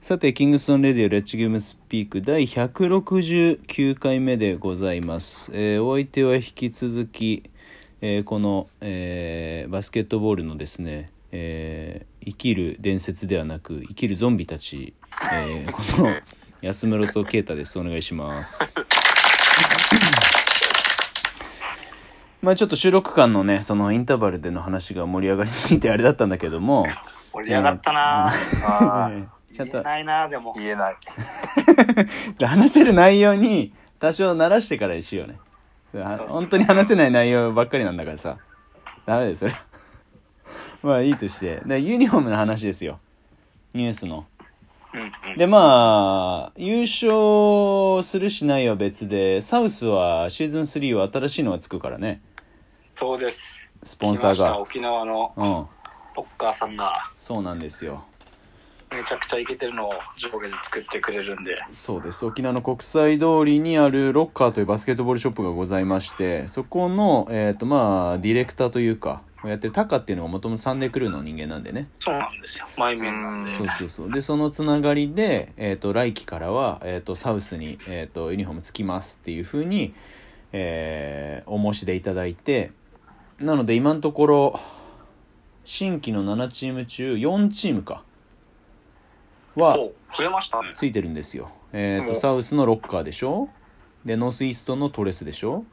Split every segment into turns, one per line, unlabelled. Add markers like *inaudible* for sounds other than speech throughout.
さて、キングストンレディオレッチゲームスピーク第169回目でございます。えーお相手は引き続き、えーこの、えーバスケットボールのですね、えー生きる伝説ではなく、生きるゾンビたち、えーこの安室と啓太です。お願いします。 *coughs* まあちょっと収録間のね、そのインターバルでの話が盛り上がりすぎてあれだったんだけども、
盛り上がったな
う *laughs*
ぁ
ん。ちゃ
言
んと
えないなぁでも。
言えない。
で話せる内容に多少慣らしてからにしようねあ
そう
本当に話せない内容ばっかりなんだからさダメだよそれは *laughs* まあいいとしてでユニフォームの話ですよニュースの
うんうん。
でまあ優勝するしないは別でサウスはシーズン3は新しいのがつくからね
そうです。
スポンサー
来ました
が
沖縄の
うん
ロッカーさんが、
そうなんですよ
めちゃくちゃイケてるのを上下で作ってくれるんで。
そうです沖縄の国際通りにあるロッカーというバスケットボールショップがございましてそこの、えーとまあ、ディレクターというかやってるタカっていうのがもともとサンデークルーの人間なんでね
そうなんですよ。前面なんで。
そうそうそうでそのつながりで、えー、と来季からは、えー、とサウスに、えー、とユニフォームつきますっていうふうに、えーお申し出いただいてなので今のところ新規の7チーム中4チームかは
ほう増えましたね。
ついてるんですよ。えっ、
お
と、サウスのロッカーでしょで、ノースイーストのトレスでしょ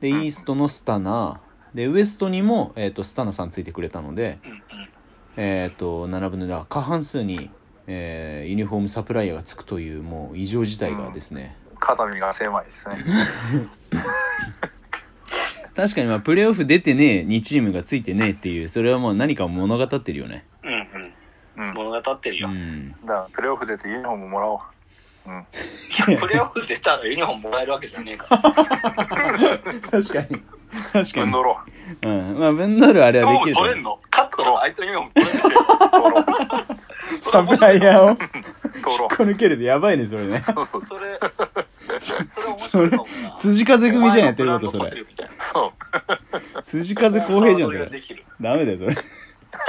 で、イーストのスタナー。で、ウエストにも、えっ、と、スタナさんついてくれたので、
うんうん。
えっ、と、7分の7、過半数に、えーユニフォームサプライヤーがつくという、もう異常事態がですね。
肩身が狭いですね。
確かに、まあ、プレーオフ出てねえ2チームがついてねえっていう、それはもう何かを物語ってるよね。
うんうん。
うん。だか
物語ってるよ
う。ん。
ら、プレーオフ出てユニフォームもらおう。うん。
いやプレーオフ出たらユニフォームもらえるわけじゃねえから。
確かに。確か
運
に。
動ろ
*laughs* うん。まあ、分ドルあれ
ユ
は
ニ
*laughs* で
フォー
き
ム
ると思
取
う
れんのカットの相手のユニフォーム取れんですよ。
サプライヤーを
う。通ろ
このけるとやばいね、それね。
う。そうそう。
それ、それ面白いかもな。
辻風組じゃんやってることそ
お前のブランドホテ
れ
ルみたいな
そう。
辻風公平じゃんそ
サードが
れ
できる。
ダメだよそれ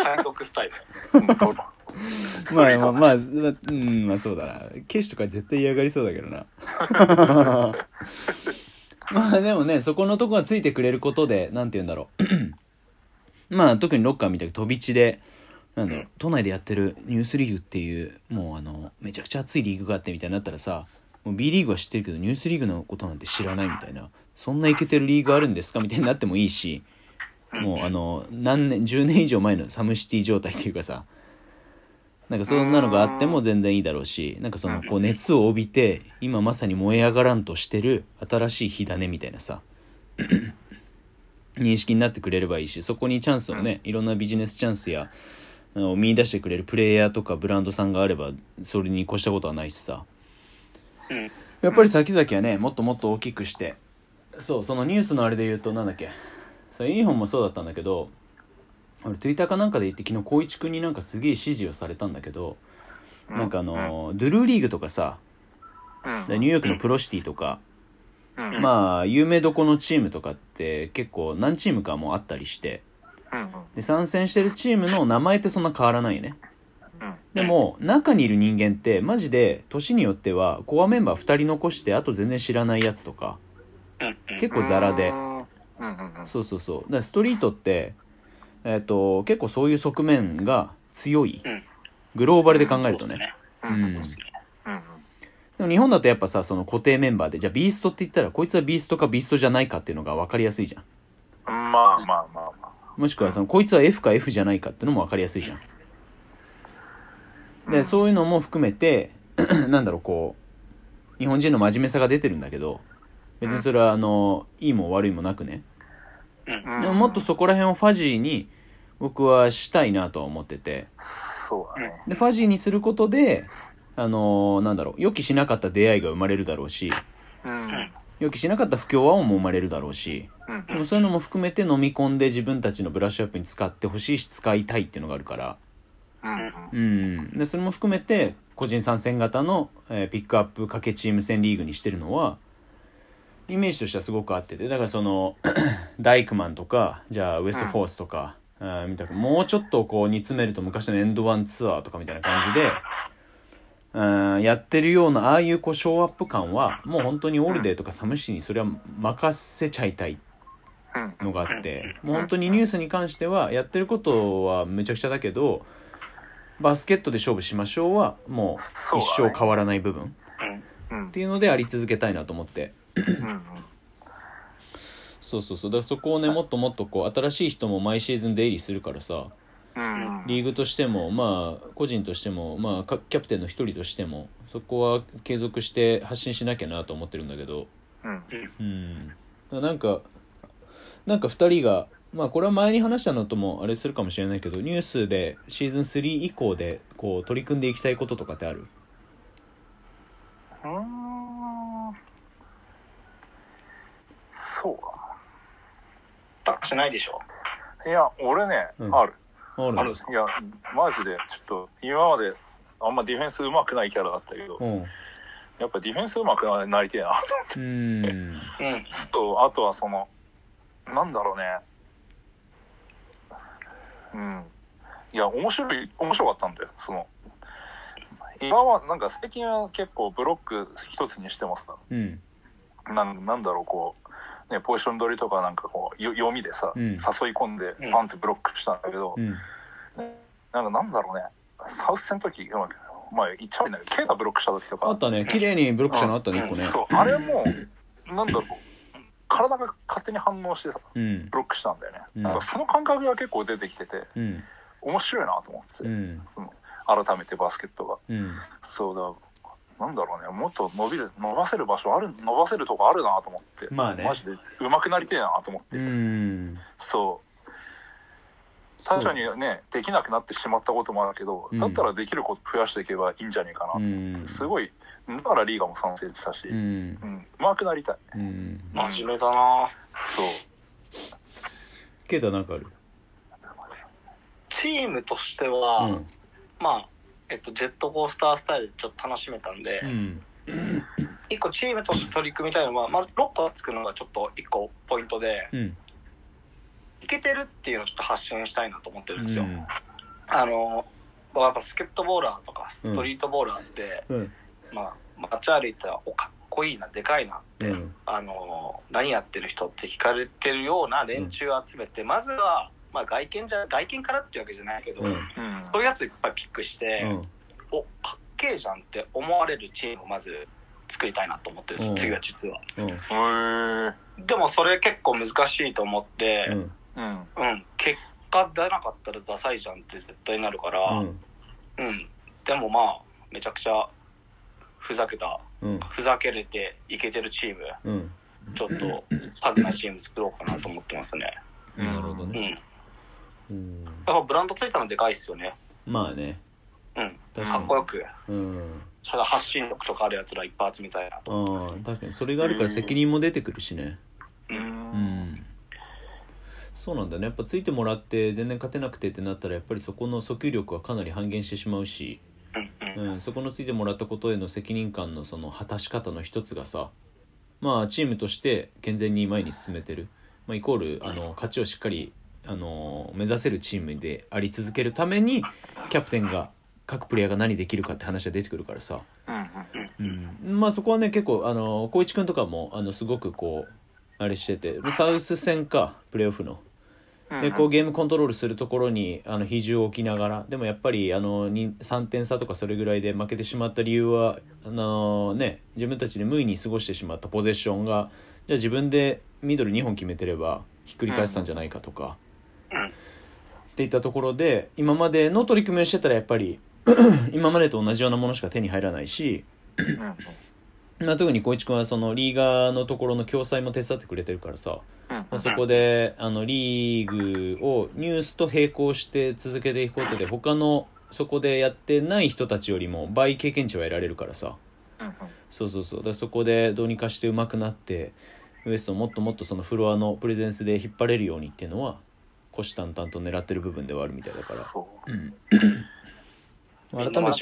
反則スタイル。
うん、通ろう。
*laughs* ま
そうい
あまあ
うの
まあ、まあうんまあそうだなケシとか絶対嫌がりそうだけどなまあでもねそこのとこがついてくれることでなんて言うんだろう *clears throat* まあ特にロッカーみたいに飛び地でなんだろう都内でやってるニュースリーグっていうもうあのめちゃくちゃ熱いリーグがあってみたいになったらさもう B リーグは知ってるけどニュースリーグのことなんて知らないみたいなそんなイケてるリーグあるんですかみたいになってもいいしもうあの何年10年以上前のサムシティ状態っていうかさなんかそんなのがあっても全然いいだろうしなんかそのこう熱を帯びて今まさに燃え上がらんとしてる新しい火種みたいな *clears throat* さ認識になってくれればいいしそこにチャンスをねいろんなビジネスチャンスやあの見出してくれるプレイヤーとかブランドさんがあればそれに越したことはないしさ
うん。
やっぱり先々はねもっともっと大きくしてそうそのニュースのあれで言うとなんだっけそうユニフォームもそうだったんだけど俺 Twitter かなんかで言って昨日光一君になんかすげえ指示をされたんだけど、
うん
なんかあのードゥルーリーグとかさ
うん。
ニューヨークのプロシティとか、
うん。うん。
まあ有名どこのチームとかって結構何チームかもうあったりして
うん。
で参戦してるチームの名前ってそんな変わらないよね
うん。
でも中にいる人間ってマジで年によってはコアメンバー2人残してあと全然知らないやつとか
うんうん。
結構ザラで
うん。うん。うん。
そうそうそうだからストリートって、えっと結構そういう側面が強い
うん
グローバルで考えるとね,、
う
うん
ん。うん。
でも日本だとやっぱさその固定メンバーでじゃあビーストって言ったらこいつはビーストかビーストじゃないかっていうのが分かりやすいじゃん
まあまあまあま
もしくはそのこいつは F か F じゃないかっていうのも分かりやすいじゃん
あ。
で
ん
そういうのも含めて *clears throat* なんだろうこう日本人の真面目さが出てるんだけど別にそれはあのいいも悪いもなくね
うん。
でももっとそこら辺をファジーに僕はしたいなとは思ってて
そうだね。
でファジーにすることであのなんだろう予期しなかった出会いが生まれるだろうし
うん。
予期しなかった不協和音も生まれるだろうし
うん。
でもそういうのも含めて飲み込んで自分たちのブラッシュアップに使ってほしいし使いたいっていうのがあるから
うん。
うん、でそれも含めて個人参戦型の、えーピックアップかけチーム戦リーグにしてるのはイメージとしてはすごく合っててだからその *clears throat* ダイクマンとかじゃあウエストフォースとか、あーみたいなもうちょっとこう煮詰めると昔のエンドワンツアーとかみたいな感じでうんやってるようなああいうこうショーアップ感はもう本当にオールデーとかサムシティにそれは任せちゃいたい
うん
のがあってもう本当にニュースに関してはやってることはむちゃくちゃだけどバスケットで勝負しましょうはもう一生変わらない部分っ
うん
ていうのであり続けたいなと思って
うんうん
そうそうそうだからそこをねもっともっとこう新しい人も毎シーズン出入りするからさ
うん
リーグとしてもまあ個人としてもまあかキャプテンの一人としてもそこは継続して発信しなきゃなと思ってるんだけど
うん
うんだからなんかなんか2人がまあこれは前に話したのともあれするかもしれないけどニュースでシーズン3以降でこう取り組んでいきたいこととかってある
うーんそうか
タッチないでしょ。
いや俺ね、
うん
ある
ある
あるいやマジでちょっと今まであんまディフェンス上手くないキャラだったけど、
うん
やっぱディフェンス上手くなりてえな
うん
うん。
とあとはそのなんだろうねうんいや面白い面白かったんだよその今はなんか最近は結構ブロック一つにしてもさ
うん
なんなんだろうこう、ね、ポジション取りとかなんかこうよ読みでさ、
うん
誘い込んでパンってブロックしたんだけど、
うん
なんかなんだろうねサウス戦の時うまくまあ言っちゃうんだけどケイタブロックした時とか
あったね綺麗にブロックしたのあったね
うん
1個ね
そうあれもなんだろう体が勝手に反応してさ
うん
ブロックしたんだよね、
うん
なんかその感覚が結構出てきてて
うん
面白いなと思って、
うん
その改めてバスケットが
うん
そうだなんだろうねもっと伸びる伸ばせる場所ある伸ばせるとこあるなと思って、
まあね
マジで上手くなりてえなと思って、
うん
そう確かにねできなくなってしまったこともあるけど、
うん
だったらできること増やしていけばいいんじゃねえか
う
な、
ん
すごいだからリーガも賛成したし、
うん
うん、上手くなりたい
うん
真面目だな
そう
ケイタなんかある
チームとしては、まあ、えっと、ジェットコースタースタイルでちょっと楽しめたんで
う、ん
一個チームとして取り組みたいのは、まあ、6個つくのがちょっと一個ポイントで、
うん
いけてるっていうのをちょっと発信したいなと思ってるんです
う
よ。
ん
あの、まあやっぱスケットボーラーとかストリートボーラーって、
うん
まあ、街歩いたら、お、かっこいいな、でかいなって、
うん
あの、何やってる人って聞かれてるような連中を集めて、まずは、まあ、外見じゃ、外見からっていうわけじゃないけど、
うん
うん
そういうやついっぱいピックして、
うん
おかっけえじゃんって思われるチームをまず作りたいなと思ってるんです、
うん
次は実は
うん
へー
でもそれ結構難しいと思って
う、ん
うん
うん結果出なかったらダサいじゃんって絶対なるから
う
うん、
ん
でもまあめちゃくちゃふざけた
うん
ふざけれていけてるチーム
うん
ちょっとサグなチーム作ろうかなと思ってますね
うん
なるほど
うん
ね
やっ
うん
ぱブランドついたのでかいっすよね
まあね
うん
確
か
か
っ
に
こよく
うん
それで発信力とかあるやつらいっぱい集めたいなと思
あ
ってます、
あ確かにそれがあるから責任も出てくるしね
う
うんんそうなんだよねやっぱついてもらって全然勝てなくてってなったらやっぱりそこの訴求力はかなり半減してしまうし、
うんうん
うん、そこのついてもらったことへの責任感のその果たし方の一つがさまあチームとして健全に前に進めてる、まあ、イコールあの勝ちをしっかりあの目指せるチームであり続けるためにキャプテンが各プレイヤーが何できるかって話が出てくるからさ、
うん
うん、まあそこはね結構あの光一君とかもあのすごくこうあれしててサウス戦かプレーオフの
うん
でこうゲームコントロールするところにあの比重を置きながらでもやっぱりあのに3点差とかそれぐらいで負けてしまった理由はあの、ね、自分たちで無意に過ごしてしまったポゼッションがじゃあ自分でミドル2本決めてればひっくり返したんじゃないかとか、
うん
っていったところで今までの取り組みをしてたらやっぱり *clears throat* 今までと同じようなものしか手に入らないし、
うん
まあ、特に光一君はそのリーガーのところの共催も手伝ってくれてるからさ、
うん
まあ、そこであのリーグをニュースと並行して続けていくことで他のそこでやってない人たちよりも倍経験値は得られるからさ
うん
そうそうそうだからそこでどうにかして上手くなってウエストをもっともっとそのフロアのプレゼンスで引っ張れるようにっていうのは虎視眈々と狙ってる部分ではあるみたいだから
そう
まあ改めて
みんな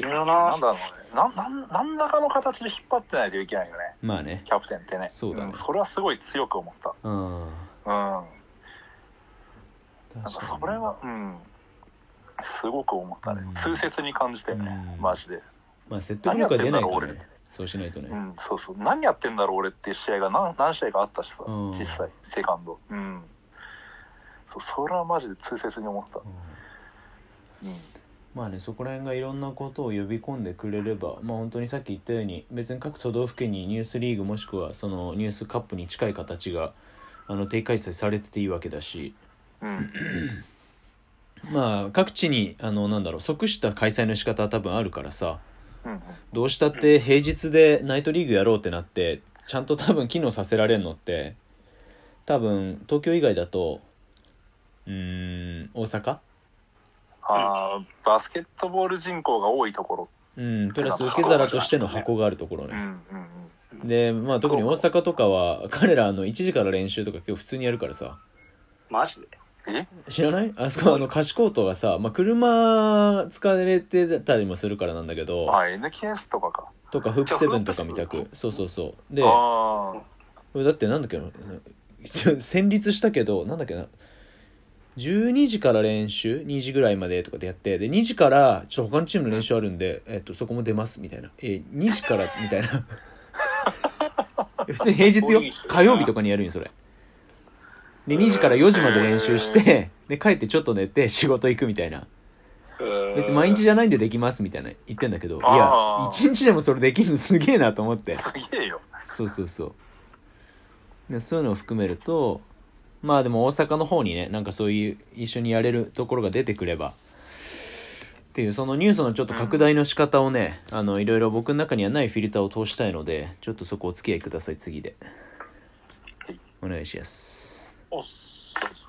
真面目だ
な
なん
だろうねなんなん何らかの形で引っ張ってないといけないよね
まあね
キャプテンってね
そうだね
んそれはすごい強く思った
うん
うんなん
確
か
か
そ
に
れはうんすごく思ったね
うん
痛切に感じたよね
うん
マジで
まあ説得力が出ないから
何やってんだろう
ねそうしないと
う
ね
ん、そうそう何やってんだろう俺っていう試合が何何試合かあったしさ、
うん
実際セカンドうんそうそれはマジで痛切に思った、
うん
うん、
まあねそこら辺がいろんなことを呼び込んでくれればまあ本当にさっき言ったように別に各都道府県にニュースリーグもしくはそのニュースカップに近い形があの定期開催されてていいわけだし
うん、
まあ各地にあのなんだろう即した開催の仕方は多分あるからさ
うん、
どうしたって平日でナイトリーグやろうってなってちゃんと多分機能させられるのって多分東京以外だとうーん大阪
ああバスケットボール人口が多いところ
うんプラス受け皿としての箱があるところ
う
ね
んうん
でまあ特に大阪とかは *laughs* 彼らあの1時から練習とか今日普通にやるからさ
マジで
うんえ
知らないあそこあの貸しコートがさ、まあ、車使われてたりもするからなんだけど、
あ NKS とかか
とかフープセブンとかみたくそうそうそうで
ああ
だってなんだっけな戦慄したけどなんだっけな12時から練習2時ぐらいまでとかでやってで2時からちょっと他のチームの練習あるんで、えっと、そこも出ますみたいな、えー2時からみたいな *laughs* 普通に平日よ火曜日とかにやるんよそれで2時から4時まで練習してで帰ってちょっと寝て仕事行くみたいな別に毎日じゃないんでできますみたいな言ってんだけどいや
あ
1
ー
日でもそれできるのすげえなと思って
すげえよ
そうそうそうでそういうのを含めるとまあでも大阪の方にねなんかそういう一緒にやれるところが出てくればっていうそのニュースのちょっと拡大の仕方をね、あのいろいろ僕の中にはないフィルターを通したいのでちょっとそこお付き合いください次で
はい
お願いします
おっそうそう